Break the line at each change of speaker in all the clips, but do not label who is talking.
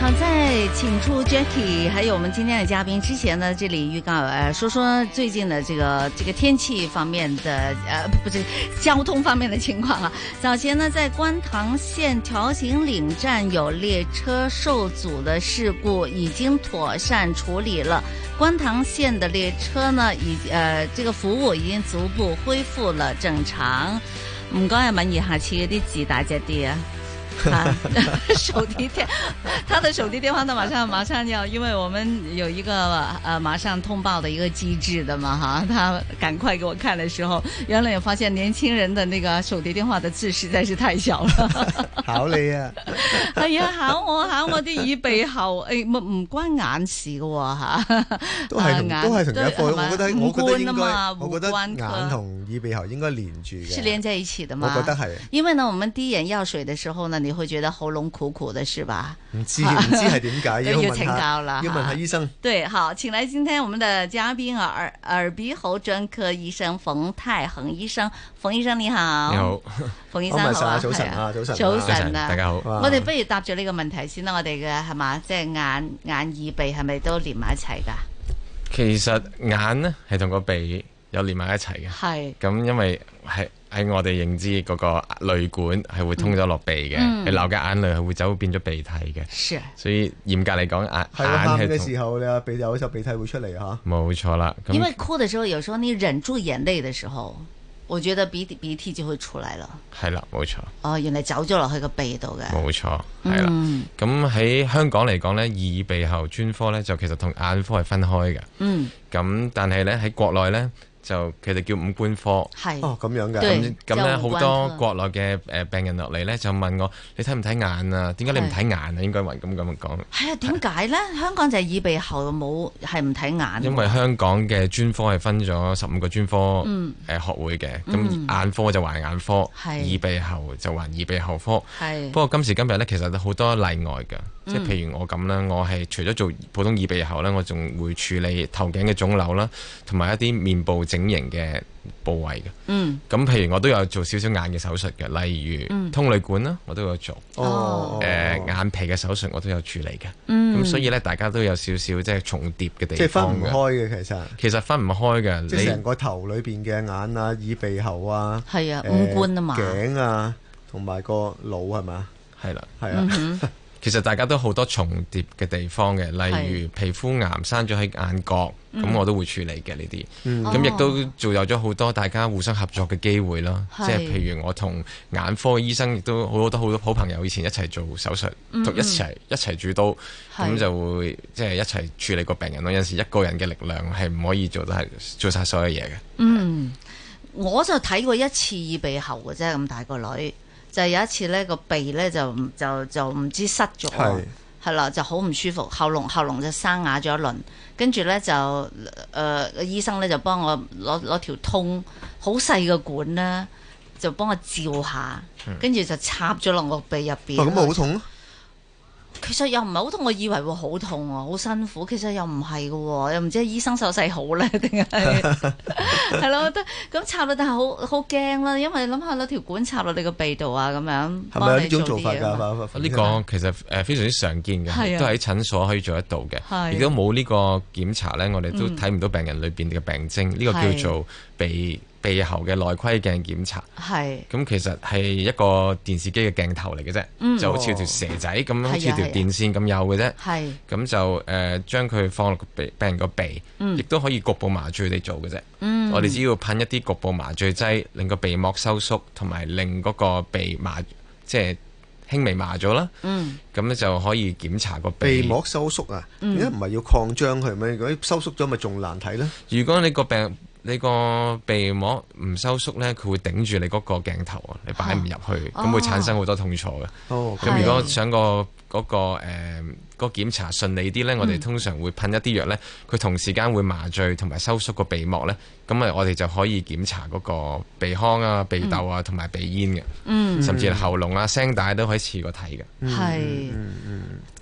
好，在请出 Jackie 還有我們今天的嘉賓之前呢，這裡預告呃，說說最近的這個這個天氣方面的呃，不是交通方面的情況啊。早前呢，在觀塘縣條形嶺站有列車受阻的事故，已經妥善處理了。觀塘線的列車呢，已呃這個服務已經逐步恢復了正常。唔該啊，敏儀，下次嗰啲字大隻啲啊。啊手提電，他的手提電話呢，馬上馬上要，因為我們有一個呃馬上通報的一個機制的嘛哈，他趕快給我看的時候，原來也發現年輕人的那個手提電話的字實在是太小了。
考你啊！
係啊，考我考我啲耳鼻喉，誒哎唔唔關眼事嘅喎嚇，
都係同
啊
都係同一科，
眼
我覺得我覺得
五官啊
應該
嘛，
我覺得
五官科
眼同耳鼻喉應該連住嘅。
是連在一起的
我
嘛。
覺得係
因為呢，我們滴眼藥水的時候呢，你會覺得喉嚨苦苦的，是吧？
唔知唔知係點解，
都要
問
請
下
教啦
要問
嚇
下醫生。
对，好，请来今天我们的嘉賓啊，耳耳鼻喉專科醫生馮泰恒醫生，馮醫生你好，
你好，
馮醫
我咪
生好啊，
晨啊早晨
係
啊早晨啊
早
早晨，
晨啊，
大家好。
哇
我哋不如答咗呢個問題先啦，我哋嘅係嘛，即係眼眼耳鼻係咪都連埋一齊噶？
其實眼呢係同個鼻有連埋一齊嘅，
係，
咁因為係喺我哋認知嗰個淚管係會通咗落鼻嘅，
嗯
你流嘅眼淚係會走變咗鼻涕嘅，
是，
所以嚴格嚟講，眼
係啊，喊
眼
嘅
係
時候你話鼻有時候鼻涕會出嚟嚇。
同冇錯啦。
因
咁
為哭的時候，有時候你忍住眼淚的時候，我覺得鼻涕鼻涕就會出來了。
係啦，冇錯，
哦，原來走咗落去個鼻度
哦
嘅，
冇錯，係啦。
嗯
咁喺香港嚟講呢，耳鼻喉專科呢就其實同眼科係分開嘅。
嗯，
咁但係呢，喺國內呢，就佢哋叫五官科。
係，
哦，咁樣
對
嘅。
就
咁咧
唔嗯
好
關
多
佢
國內嘅誒病人落嚟咧，就問我：你睇唔睇眼啊？點解你唔睇眼啊？應該話咁咁講，
係啊，點解咧？香港就係耳鼻喉冇係唔睇眼，
因為香港嘅專科係分咗十五個專科誒、
嗯
學會嘅，
嗯
咁眼科就還眼科，
係
耳鼻喉就還耳鼻喉科。
係嗯
不過今時今日咧，其實都好多例外㗎，即係譬如我咁啦，我係除咗做普通耳鼻喉咧，我仲會處理頭頸嘅腫瘤啦，同埋一啲面部整形嘅部位嘅。
嗯
咁譬如我都有做少少眼嘅手術嘅，例如
嗯
通淚管啦，我都有做。
哦
哦，
誒、呃眼皮嘅手術我都有處理嘅，咁、
嗯，
所以咧大家都有少少即係重疊
即
嘅地
係分
方
唔
嘅，
開嘅其實，
其實分唔開嘅。
即係成
你
個頭裏邊嘅眼啊、耳鼻喉啊、
係啊，
誒
五官啊嘛，
頸啊，同埋個腦係嘛？
係啦，
係啊
嗯。哼，
其實大家都好多重疊嘅地方嘅，例如皮膚癌生咗喺眼角，咁我都會處理嘅呢啲。
嗯
咁亦都
嗯哦
造就咗好多大家互相合作嘅機會啦。
係
即係譬如我同眼科醫生亦都好多好多好朋友以前一齊做手術，
嗯
同一齊一齊主刀，
係
咁就會即係一齊處理個病人咯。有陣時一個人嘅力量係唔可以做得係做晒所有嘢嘅。
嗯，我就睇過一次耳鼻喉嘅啫，咁大個女就有一次咧個鼻咧就唔就就唔知塞咗，
係
係啦，就好唔舒服，喉嚨喉嚨就生啞咗一輪，跟住咧就誒、呃、醫生咧就幫我攞攞條通好細嘅管咧，就幫我照下，跟住就插咗落我鼻入邊。
哦咁咪好痛咯。
其實又唔係好痛，我以為會好痛喎，好辛苦。其實又唔係嘅喎，又唔知係醫生手勢好咧， 定 係係咯？我覺得咁插落，但係好好驚啦，因為諗下攞條管插落你個鼻度啊，咁樣
係咪有
幫
呢
你
種
做
做
啲
法
嘢啊嘛。
㗎？法
呢個其實誒非常之常見
係啊
嘅，都喺診所可以做得到
係嗯
嘅。亦都冇呢個檢查呢，我哋都睇唔到病人裏邊嘅病徵。呢個
係
叫做鼻鼻喉嘅內窺鏡檢查。
係
咁其實係一個電視機嘅鏡頭嚟嘅啫，
嗯
就好似條蛇仔咁，好似
係啊
條電線咁幼嘅啫。
係
咁就誒將佢放落個鼻病人個鼻，亦都可以局部麻醉地做嘅啫。
嗯
我哋只要噴一啲局部麻醉劑，令個鼻膜收縮，同埋令嗰個鼻麻即係輕微麻咗啦。
嗯
咁咧就可以檢查個鼻
鼻膜收縮啊，點解唔係要擴張佢咩？如果收縮咗咪仲難睇咧？
如果你個病你個鼻膜唔收縮咧，佢會頂住你嗰個鏡頭啊，你擺唔入去，咁會產生好多痛楚嘅。
哦，
咁如果
係
想個嗰個誒個檢查順利啲呢，
嗯
我哋通常會噴一啲藥呢，佢同時間會麻醉同埋收縮個鼻膜呢。咁啊我哋就可以檢查嗰個鼻腔啊、鼻竇啊同埋鼻咽嘅，
嗯，
甚至係喉嚨啊、聲帶都可以試過睇嘅。
係，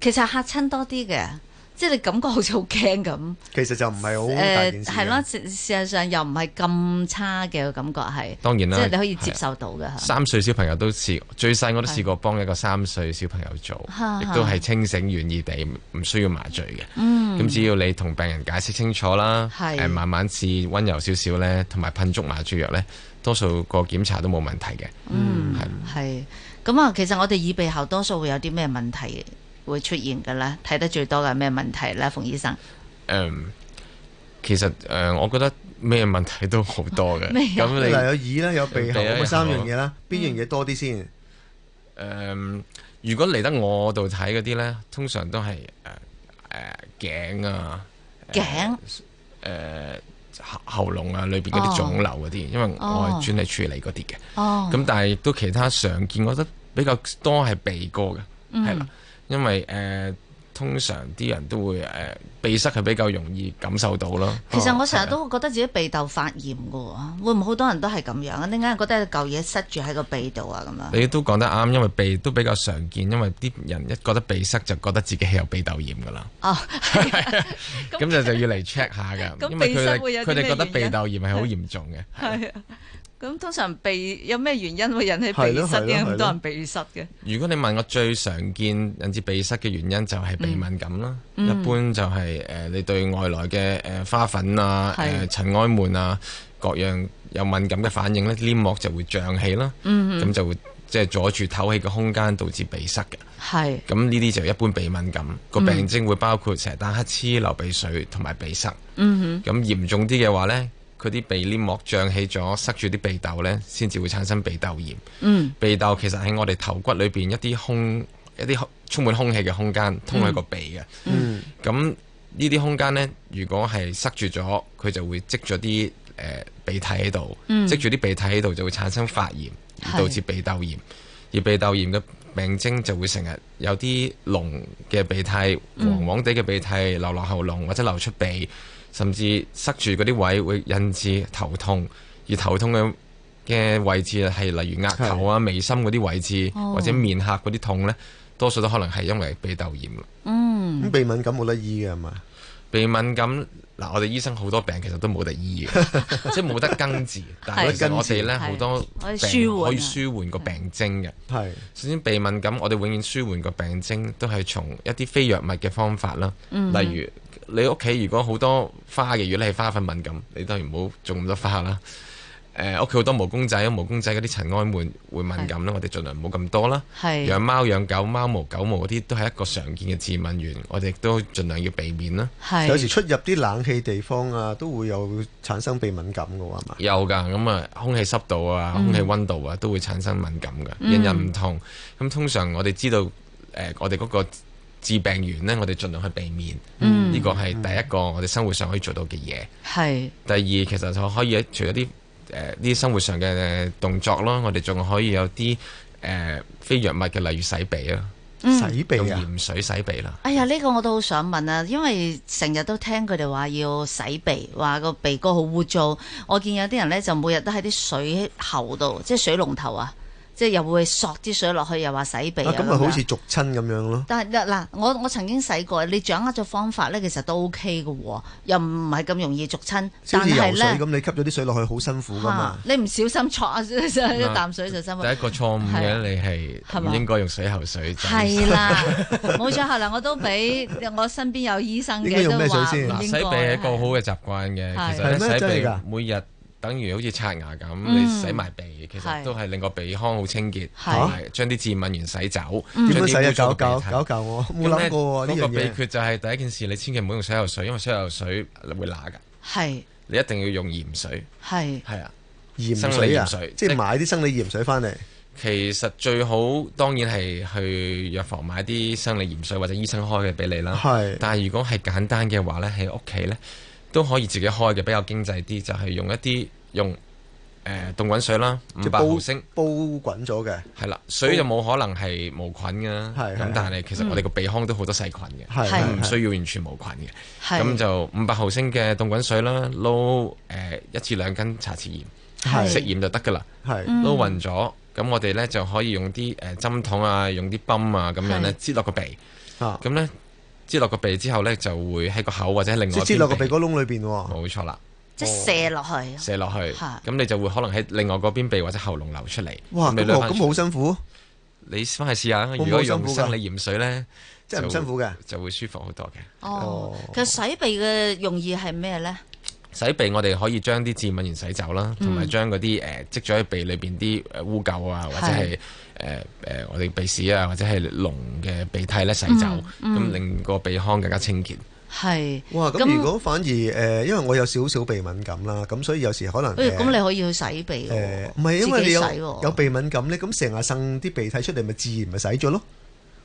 其實嚇親多啲嘅，即係你感覺好似好驚咁。
其實就唔係好大
誒
件事嘅。啊
係咯，事事實上又唔係咁差嘅個感覺係，
當然
即
啦，
係你可以接
係啊。
受到嘅嚇。
三歲小朋友都試，最細我都試過幫一個三歲小朋友做
哈，
亦
哈
都係清醒願意地，唔需要麻醉嘅。
嗯，
咁只要你同病人解釋清楚啦，
係
誒慢慢試温柔少少咧，同埋噴足麻醉藥咧，多數個檢查都冇問題嘅。
嗯
係
係。咁啊，其實我哋耳鼻喉多數會有啲咩問題會出現嘅咧？睇得最多嘅係咩問題咧？馮醫生，
嗯其實誒、呃我覺得咩問題都好多 嘅。
咩啊
咁
嗱，有
你誒、
耳啦，有鼻喉，
鼻啊
咁啊三樣嘢啦，邊樣嘢多啲先？
如果嚟得我度睇嗰啲咧，通常都係誒誒頸啊、
頸
誒、呃喉喉嚨啊裏邊嗰啲腫瘤嗰啲，因為我
哦
係專係處理嗰啲嘅。
哦，
咁但係亦都其他常見，我覺得比較多係鼻哥嘅，
嗯
係啦、因為誒、呃通常啲人都會誒、呃鼻塞係比較容易感受到咯。啊
其實我成日都覺得自己鼻竇發炎嘅喎，會唔會好多人都係咁樣啊？點解覺得嚿嘢塞住喺個鼻度啊？咁樣
你都講得啱，因為鼻都比較常見，因為啲人一覺得鼻塞就覺得自己係有鼻竇炎噶啦，
哦，
咁就就要嚟 check 下㗎，
咁
因為
鼻
佢
塞
哋
會有啲
佢哋覺
咩
得鼻
原因
竇炎係好嚴重嘅。
係啊。咁通常鼻有咩原因會引起
係咯係咯
點解
係咯
鼻塞嘅？
如果你問我最常見引致鼻塞嘅原因就係鼻敏感啦，一般就係、呃你對外來嘅誒、呃花粉啊、誒、
係
呃、塵埃蟎啊各樣有敏感嘅反應咧，黏膜就會脹氣啦，咁、就會即係阻住透氣嘅空間，導致鼻塞嘅。
係。嗯
咁呢啲就一般鼻敏感，個病徵會包括成日打乞嗤、流鼻水同埋鼻塞。
嗯
咁嚴重啲嘅話呢，佢啲鼻黏膜脹起咗，塞住啲鼻竇呢，先至會產生鼻竇炎。
哼，嗯
鼻竇其實喺我哋頭骨裏邊一啲空一啲空充滿空氣嘅空間，通去個鼻嘅。
嗯，
咁呢啲空間呢，如果係塞住咗，佢就會積咗啲誒鼻涕喺度，
嗯
積住啲鼻涕喺度就會產生發炎，
係
而導致鼻竇炎。而鼻竇炎嘅病徵就會成日有啲濃嘅鼻涕、
嗯
黃黃地嘅鼻涕流落喉嚨或者流出鼻，甚至塞住嗰啲位會引致頭痛，而頭痛嘅嘅位置係例如額頭啊、眉心嗰啲位置，
哦
或者面頰嗰啲痛呢，多數都可能係因為鼻竇炎。
嗯
咁鼻敏感冇得醫嘅係嘛？
鼻敏感嗱，我哋醫生好多病其實都冇 得醫嘅，即係冇得根治。但係其實我哋咧
係
好多
可以
病
舒緩啊
可以舒緩個病徵嘅。
係
首先鼻敏感，我哋永遠舒緩個病徵都係從一啲非藥物嘅方法啦，例如你屋企如果好多花嘅，如果你係花粉敏感，你當然唔好種咁多花啦。誒屋企好多毛公仔，毛公仔嗰啲塵埃蟎會敏感啦，我哋盡量唔好咁多啦。
係
養貓養狗，貓毛狗毛嗰啲都係一個常見嘅致敏源，我哋亦都盡量要避免啦。
係
有時出入啲冷氣地方啊，都會有產生鼻敏感嘅喎，係嘛？
有噶，咁啊，空氣濕度啊、
嗯
空氣温度啊，都會產生敏感嘅，人人唔同。咁通常我哋知道，誒、呃我哋嗰個致病源呢，我哋盡量去避免。
嗯
呢個係第一個我哋生活上可以做到嘅嘢。
係
第二，其實就可以除咗啲誒啲生活上嘅呃動作咯，我哋仲可以有啲誒、呃非藥物嘅，例如洗鼻啊，
洗
用
鼻啊，
鹽水洗鼻啦。
哎呀，呢、個我都好想問啊，因為成日都聽佢哋話要洗鼻，話個鼻哥好污糟。我見有啲人呢，就每日都喺啲水喉度，即係水龍頭啊，即係又會索啲水落去，又話洗鼻
啊
啊
咁咪好似
樣
逐親咁樣咯。
但係嗱，我我曾經洗過，你掌握咗方法呢，其實都 OK 嘅喎，又唔係咁容易逐親。
好
但
似游
係
水
呢，
咁，你吸咗啲水落去好辛苦噶
嚇
嘛？
你唔小心戳啊
嗯
一啖水就心
第一個錯誤
係啊
嘅你係
係
唔
嘛
應該用水喉水就
係啊啦，冇錯。後來我都俾我身邊有醫生
應該
嘅
用
都
咩水
話
先
唔
嗱，
應
洗
該啊
鼻係一個好
係
嘅習慣嘅，其實
係咩
咧洗
真係㗎
鼻每日等於好似刷牙咁，
嗯
你洗埋鼻，其
係
實都係令個鼻腔好清潔，
係
同埋將啲致敏源洗走，
點
將
樣洗
啲
啊？
污糟
搞搞
嘅鼻涕
搞搞我，冇
咁
諗
咧
過喎
嗰
呢
個
樣
秘
嘢。
訣就係第一件事，你千祈唔好用洗頭水，因為洗頭水會乸㗎，
係
你一定要用鹽水，
係
係啊。
鹽
生理
水啊
鹽水，
即
即
係買啲生理鹽水翻嚟。
其實最好當然係去藥房買啲生理鹽水或者醫生開嘅俾你啦。
係
但係如果係簡單嘅話呢，喺屋企呢，都可以自己開嘅，比較經濟啲，就係、用一啲用誒、呃、凍滾水啦，五
即係
百
煲
毫升。
煲滾咗嘅，
係啦，水就冇可能係無菌噶，
係
咁
係
但係其實我哋個鼻腔都好多細菌嘅，
係
嗯係
咁唔
係
需要完全無菌嘅。
係
咁就五百毫升嘅凍滾水啦，撈誒一至兩斤茶匙鹽，
係
食鹽就得噶啦，
係
嗯
撈勻咗。咁我哋咧就可以用啲誒針筒啊，用啲泵啊咁樣咧，
係
擠落個鼻。
啊，
咁咧擠落個鼻之後咧，就會喺個口或者另外
即
一
係擠落個鼻
邊
哥窿裏邊喎，
冇錯啦，
即係射落去，
射落去。
嚇
咁你就會可能喺另外嗰邊鼻或者喉嚨流出嚟。
哇，
你
咁
掠
我
返
咁
出嚟
好辛苦，
你翻去試下，
好
如果
辛
用
苦㗎
生理鹽水咧，
真係唔
就
辛苦嘅，
就會舒服好多嘅。
哦
哦，
其實洗鼻嘅用意係咩咧？
洗鼻我哋可以將啲致敏原洗走啦，同埋
嗯
將嗰啲誒積咗喺鼻裏邊啲誒污垢啊，或者係誒誒我哋鼻屎啊，或者係濃嘅鼻涕咧洗走，咁、
嗯
令個鼻腔更加清潔。
係，
哇，咁
咁
如果反而誒，因為我有少少鼻敏感啦，咁所以有時可能
喂，咁
誒
你可以去洗鼻
誒
喎，
唔係因為
自
你
己洗
有
喎
有鼻敏感咧，咁成日擤啲鼻涕出嚟，咪自然咪洗咗咯。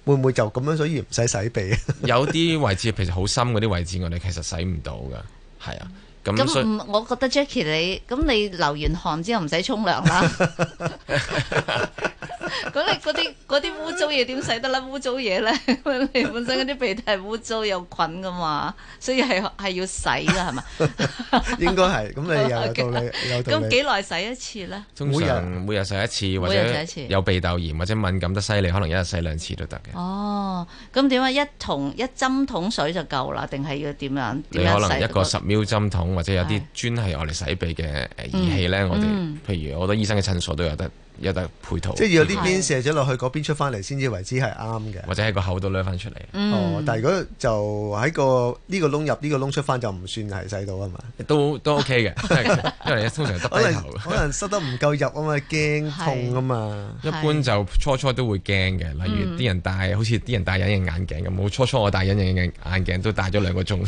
會唔會就咁樣，所以唔使 洗鼻啊？
有啲位置其實好深嗰啲位置，我哋其實洗唔到噶，係啊。
嗯
咁
咁
所以
唔，我覺得 Jackie 你咁你流完汗之後唔使沖涼啦。 咁你嗰啲嗰啲污糟嘢點洗得啦？污糟嘢咧， 你本身嗰啲鼻涕係污糟有菌噶嘛，所以係係要洗㗎係嘛？
應該係，咁你又 有道理，有道
咁
理。
幾耐洗一次咧？
通常每日洗一次，或
每日
者
洗一次
有鼻竇炎或者敏感得犀利，可能一日洗兩次都得嘅。
哦，咁點啊？一桶一針桶水就夠啦，定係要點樣？
你
點樣
可
洗
能一個十 ml 針筒，或者有啲
係
專係我哋洗鼻嘅誒儀器咧，我哋
嗯
譬如好多醫生嘅診所都有得有得配套，
即係要有呢
係
邊射咗落去，嗰邊出翻嚟先至為之係啱嘅。
或者喺個口度掠翻出嚟。
哦
嗯，，
但係如果就喺個呢個窿入呢個窿出翻就唔算係洗到啊嘛，
都都 OK 嘅，因為通常耷
可
低
能
頭，
可能塞得唔夠入啊嘛，驚痛啊嘛，
一般就初初都會驚嘅。例
嗯
如啲人戴，好似啲人戴隱形眼鏡咁，我初初我戴隱形眼眼鏡都戴咗兩個鐘，咁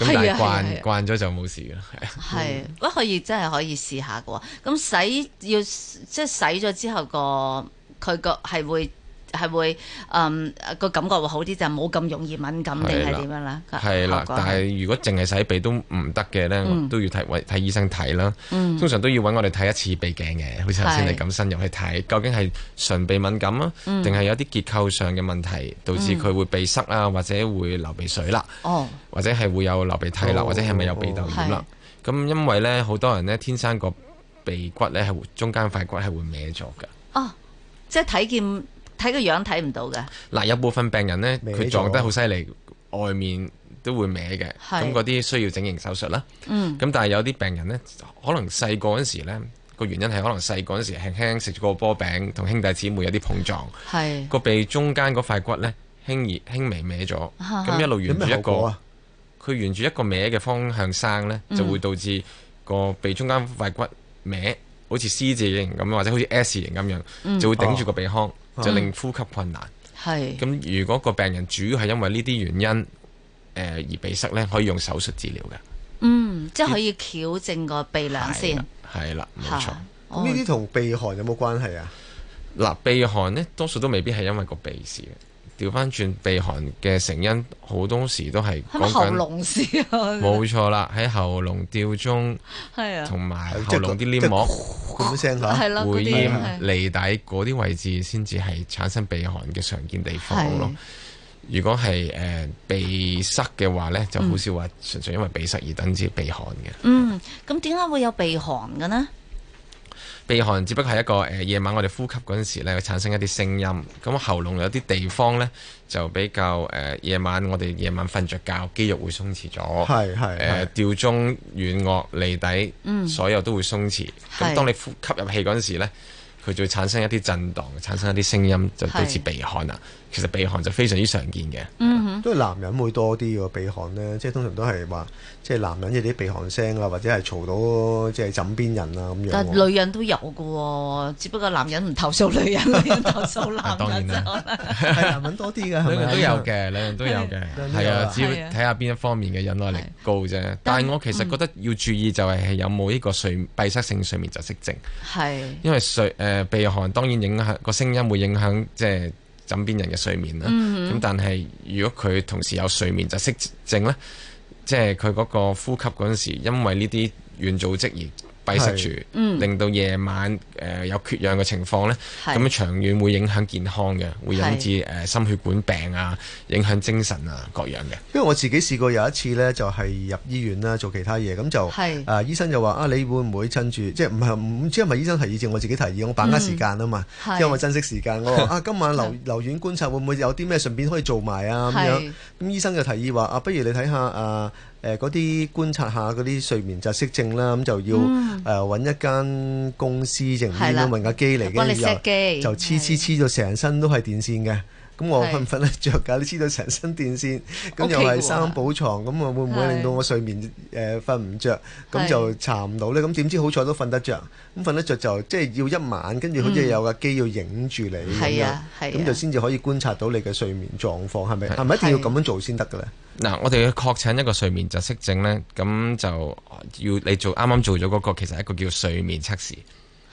但係
係啊係啊
慣慣咗就冇事嘅。係啊
係，不過可以真係可以試下嘅喎。咁洗要即係洗咗之後個佢個係會係會嗯個感覺會好啲，就冇咁容易敏感定
係
係
啦
點樣啦？個
係啦
效，果
但係如果淨係洗鼻都唔得嘅咧，
嗯
我都要睇揾睇醫生睇啦。
嗯
通常都要揾我哋睇一次鼻鏡嘅，好似頭先
係
你咁深入去睇，究竟係唇鼻敏感啊，
嗯
定係有啲結構上嘅問題導致佢會鼻塞
嗯
啊，或者會流鼻水啦，
哦
或者係會有流鼻涕啦，
哦
或者係咪有鼻竇炎啦？咁因為呢，好多人呢，天生個鼻骨呢係中間塊骨係會歪咗嘅。
哦，即係睇見睇個樣睇唔到嘅，
嗱，有部分病人呢，
歪咗
佢撞得好犀利，外面都會歪嘅，
係
咁嗰啲需要整形手術啦。
嗯
咁但係有啲病人呢，可能細個嗰陣時咧，個原因係可能細個嗰陣時輕輕食咗個波餅，同兄弟姊妹有啲碰撞，
係
個鼻中間嗰塊骨呢，輕易輕微歪咗，
啊哈哈
咁一路
有
沿住
咩
一
後果
個
啊？
佢沿住一個歪嘅方向生呢，
嗯
就會導致個鼻中間塊骨歪，好似 C 字形咁，或者好似 S 型咁
嗯
樣，就會頂住個鼻腔，
哦
就令呼吸困
啊
難。
係
咁如果個病人主要係因為呢啲原因，誒而鼻塞呢，可以用手術治療嘅。
嗯，即係可以矯正個鼻梁
係
先
啦，係啦，冇錯
嚇。
咁
哦
呢啲同鼻鼾有冇關係啊？
嗱，鼻鼾呢，多數都未必係因為個鼻事嘅。調翻轉鼻鼾嘅成因，好多時都係
係咪
講
喉
緊
嚨事啊？
冇錯啦，喺喉嚨吊鐘
係啊，
同埋
係
喉嚨啲黏膜
咁聲嚇，
係啦，嗰
會
啲
厭、
係
脷底嗰啲位置，先至係產生鼻鼾嘅常見地方咯
係。
如果係誒、呃鼻塞嘅話呢，就好少話純粹因為鼻塞而導致鼻鼾嘅。
嗯，咁點解會有鼻鼾嘅呢？
鼻鼾只不過係一個誒、呃夜晚我哋呼吸嗰陣時咧，會產生一啲聲音。咁喉嚨有啲地方咧就比較誒、呃夜晚我哋夜晚瞓着覺，肌肉會鬆弛咗。
係係
誒、
係嗯
吊鐘、軟腭、脷底，所有都會鬆弛。
係
咁當你呼吸入氣嗰陣時咧，佢就會產生一啲震盪，產生一啲聲音，就導致
係
鼻鼾啦。其實鼻鼾就非常之常見嘅。
嗯
都係男人會多啲喎，鼻鼾咧，即係通常都係話，即係男人有啲鼻鼾聲啊，或者係嘈到即係枕邊人啊咁
但
樣 喎。
女人都有嘅喎，只不過男人唔投訴女人，女人投訴男
當
人
然
啫。
係男人多啲㗎，係
兩
咪
樣
啊
都有嘅，兩樣都有嘅，
兩樣都
係
有
啊
啊，
只要
係啊
睇下邊一方面嘅忍耐力高啫。但係我其實覺得要注意就係有冇呢個睡閉塞性睡眠窒息症，
係
因為睡誒、呃鼻鼾當然影響個聲音會影響即係枕邊人嘅睡眠啦。咁、但係如果佢同時有睡眠窒息症呢，即係佢嗰個呼吸嗰陣時，因為呢啲軟組織而閉塞住，
嗯
令到夜晚誒、呃有缺氧嘅情況呢，
係
咁樣長遠會影響健康嘅，會引致誒、呃心血管病啊，影響精神啊各樣嘅。
因為我自己試過有一次呢，就係、入醫院啦，做其他嘢，咁就
係
啊醫生就話啊，你會唔會趁住即係唔係唔知係咪醫生提議，定我自己提議，我把握時間啊嘛，
係
因為我珍惜時間，我話啊今晚留留院觀察會唔會有啲咩順便可以做埋啊咁
係
樣，咁醫生就提議話啊，不如你睇下啊。誒嗰啲觀察下嗰啲睡眠窒息症啦，咁就要誒揾一間公司定唔知
嗯係啦
點樣揾架機嚟
幫你
嘅，
set 機
就黐黐黐到成身都係電線嘅。咁我
係
瞓唔瞓得着㗎？你黐到成身電線，咁
OK
又
嘅喎
係三寶床，咁啊會唔會
係
令到我睡眠誒瞓唔着？
係
咁就查唔到呢？咁點知好彩都瞓得着。咁瞓得着就即係要一晚，跟住好似
嗯
有架機要影住你咁
係
樣
啊，係啊
咁就先至可以觀察到你嘅睡眠狀況係咪係咪一定要
係
咁樣做先得㗎咧？
嗱，我哋要確診一個睡眠窒息症呢，咁就要你做啱啱做咗嗰、個，其實係一個叫睡眠測試，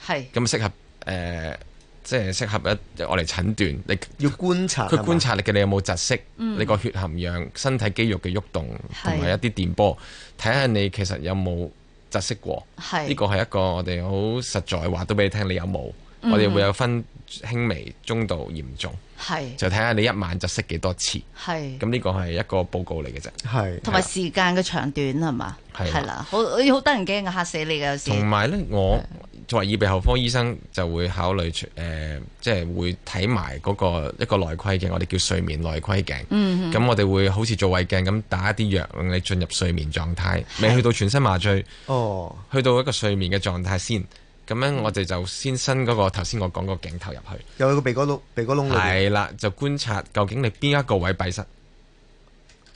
係
咁適合誒、呃即係適合一我嚟診斷你。
要觀察
佢
係嘛
觀察你嘅，你有冇窒息？你個血含氧、身體肌肉嘅喐動，
嗯係
同埋一啲電波，睇下你其實有冇窒息過。
係
呢個係一個我哋好實在話到俾你聽，你有冇？我哋會有分輕微、中度、嚴重，
係
就睇下你一晚窒息幾多次。
係。
咁呢個係一個報告嚟嘅啫。
係
同埋時間嘅長短係嘛？
係啦
係啦，好好得人驚嘅，啊嚇死你嘅有時。
同埋呢，我作為耳鼻喉科醫生就會考慮誒、呃即係會睇埋嗰個一個內窺鏡，我哋叫睡眠內窺鏡。咁、我哋會好似做胃鏡咁打一啲藥，令你進入睡眠狀態，未去到全身麻醉，
哦，
去到一個睡眠嘅狀態先。咁樣我哋就先伸嗰個頭先我講個鏡頭入去，
有個鼻哥窿鼻哥窿裏邊
係啦，就觀察究竟你邊一個位閉塞，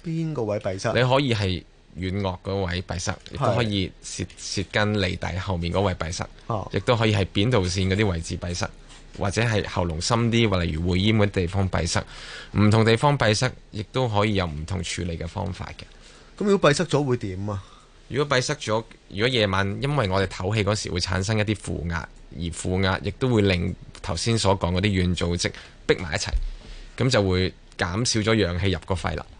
邊個位閉塞？
你可以係軟腭嗰位閉塞，亦都
啊係
可以舌舌根脷底後面嗰位閉塞。
哦
亦都可以係扁桃腺嗰啲位置閉塞，或者係喉嚨深啲，或例如會厭嗰啲地方閉塞。唔同地方閉塞，亦都可以有唔同處理嘅方法嘅。
咁如果閉塞咗會點啊？
如果閉塞咗，如果夜晚因為我哋唞氣嗰時會產生一啲負壓，而負壓亦都會令頭先所講嗰啲軟組織逼埋一齊，咁就會減少咗氧氣入個肺流，
嗯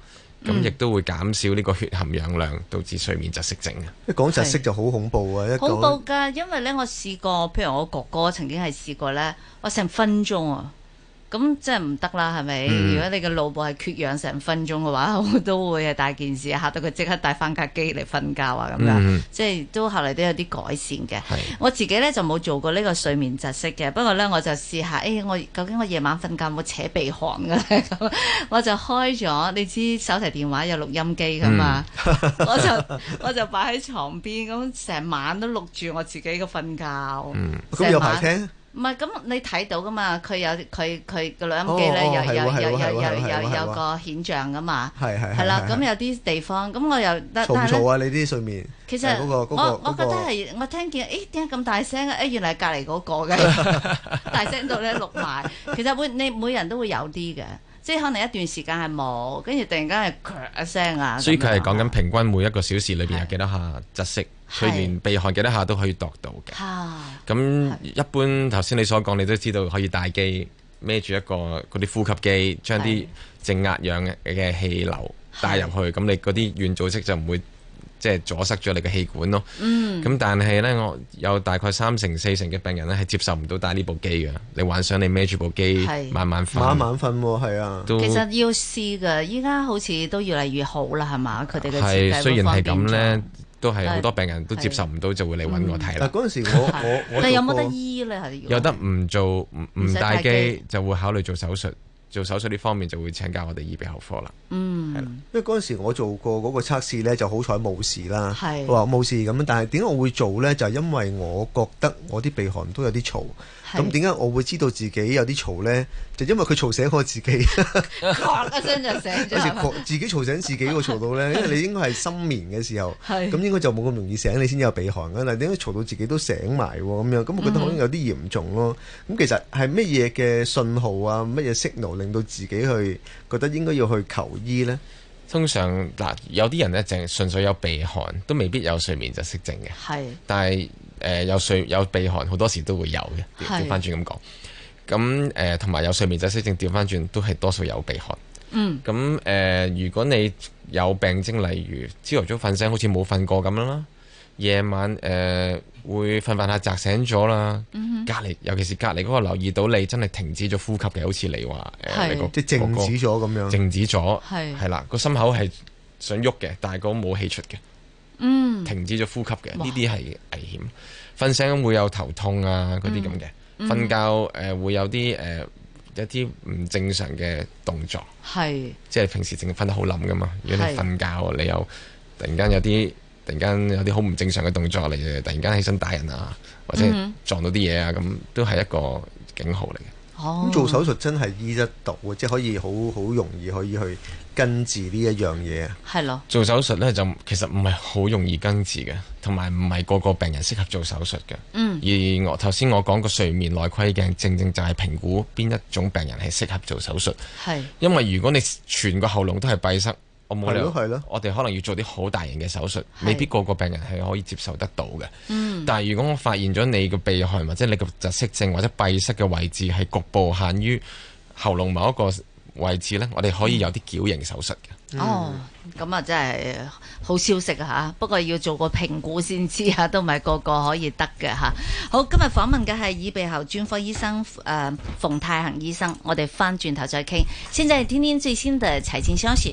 咁亦都會減少呢個血含氧量，導致睡眠窒息症啊嘅。
一講窒息就好恐怖啊！一
恐怖
講
㗎，因為咧我試過，譬如我哥哥曾經係試過咧，我成分鐘啊，咁真係唔得啦，係咪？
嗯
如果你嘅腦部係缺氧成分鐘嘅話， 我都會係大件事，嚇到佢即刻帶翻架機嚟瞓覺啊咁樣，
嗯
即係都後嚟都有啲改善嘅。
係。
我自己咧就冇做過呢個睡眠窒息嘅，不過咧我就試下，誒、哎我究竟我夜晚瞓覺有冇扯鼻鼾嘅咧？咁我就開咗，你知手提電話有錄音機噶嘛，
嗯
我就我就擺喺床邊，咁成晚都錄住我自己嘅瞓覺。嗯，
咁有排聽。
唔係，咁你睇到噶嘛？佢有佢佢個錄音機咧，
哦哦
有有
係喎
有有有
係喎係喎係
有
喎係
有
喎
個顯像噶嘛？
係係
係啦，咁
係
有啲地方，咁我又但
嘈唔
但係咧
嘈啊？你啲睡眠
其實
誒嗰個嗰個
我我
嗰
覺
個
得係我聽見，誒點解咁大聲啊嘅？誒原來係隔離嗰個嘅， 大聲到咧錄埋。其實會你每人都會有啲嘅，即係可能一段時間係冇，跟住突然間係嘭一聲啊。
所以佢係
咁樣
講緊
啊
平均每一個小時裏邊有幾多下窒息，
係
佢連鼻鼾幾多下都可以度到嘅。
嚇
咁一般頭先你所講，你都知道可以帶機孭住一個嗰啲呼吸機，將
係
啲正壓氧嘅氣流帶入去，咁你嗰啲軟組織就唔會即係阻塞咗你嘅氣管咯。
嗯
咁但係呢，我有大概三成四成嘅病人呢係接受唔到帶呢部機嘅。你幻想你孭住部機
係
慢慢瞓，
晚晚瞓喎，係啊，
都
其實要試嘅，依家好似都越嚟越好啦，係嘛？佢哋嘅設計
係雖然
係
係咁呢，都係好多病人都接受唔到，就會嚟揾我睇
但
啦。
嗰陣時我我我
但有冇
做
得
過
醫咧？係如果
有得唔做唔
唔
唔
使戴
戴
機
機，就會考慮做手術。做手術呢方面就會請教我哋耳鼻喉科啦。
嗯
因為嗰陣時我做過嗰個測試呢，就好彩冇事啦。
係
話冇事咁，但係點解我會做呢？就係因為我覺得我啲鼻鼾都有啲嘈。
係
咁點解我會知道自己有啲嘈呢？就因為佢嘈醒我自己，
咔一聲就啊醒咗
有時
係嘛，
覺自己嘈醒自己個嘈到 呢，因為你應該係深眠嘅時候，
係
咁應該就冇咁容易醒，你先有鼻鼾㗎。但係點解嘈到自己都醒埋喎？咁樣咁，
嗯
我覺得可能有啲嚴重咯。咁其實係乜嘢嘅信號啊？乜嘢 signal 令到自己去覺得應該要去求醫呢？
通常嗱，有啲人呢，淨係純粹有鼻鼾，都未必有睡眠窒息症嘅。
係
但係誒、呃有睡有鼻鼾，好多時都會有嘅。
係
調翻轉咁講，咁誒同埋有睡眠窒息症，調翻轉都係多數有鼻鼾。
嗯
咁誒、呃如果你有病徵，例如朝頭早瞓醒好似冇瞓過咁樣啦，夜晚誒、呃、會瞓瞓下擲醒咗啦，
嗯
隔離尤其是隔離嗰個留意到你真係停止咗呼吸嘅，好似你話誒、
係
你個
即係靜止咗咁
個
樣。
靜止咗，
係
係啦，個心口係想喐嘅，但係個冇氣出嘅，
嗯，
停止咗呼吸嘅，
哇
呢啲係危險。瞓醒會有頭痛啊，嗰啲咁嘅，
嗯
瞓覺誒、呃、會有啲誒、呃一啲唔正常嘅動作。
係
即係平時淨係瞓得好冧噶嘛。如果你
係
瞓覺，你又突然間有啲突然間有啲好唔正常嘅動作，你就突然間起身打人啊，或者
嗯哼
撞到啲嘢啊，咁都係一個警號嚟嘅。
哦
咁，做手術真係醫得到嘅，即係可以好好容易可以去根治呢一樣嘢啊。
係咯，
做手術呢，就其實唔係好容易根治嘅，同埋唔係個個病人適合做手術嘅。
嗯
而我頭先我講個睡眠內窺鏡，正正就係評估邊一種病人係適合做手術。
係
因為如果你全個喉嚨都係閉塞，我冇理由
係咯係咯，
我哋可能要做啲好大型嘅手術，
係
未必個個病人係可以接受得到嘅。
嗯
但係如果我發現咗你嘅鼻鼾或者你嘅窒息症或者閉塞嘅位置係局部限於喉嚨某一個位置呢，我哋
嗯
可以有啲矯形手術嘅。
哦，咁啊真係好消息啊吓，不過要做個評估先知啊，都唔係個個可以得嘅吓。好，今日訪問嘅係耳鼻喉專科醫生誒、呃、馮泰恒醫生，我哋翻轉頭再傾。現在聽聽最新的財經消息。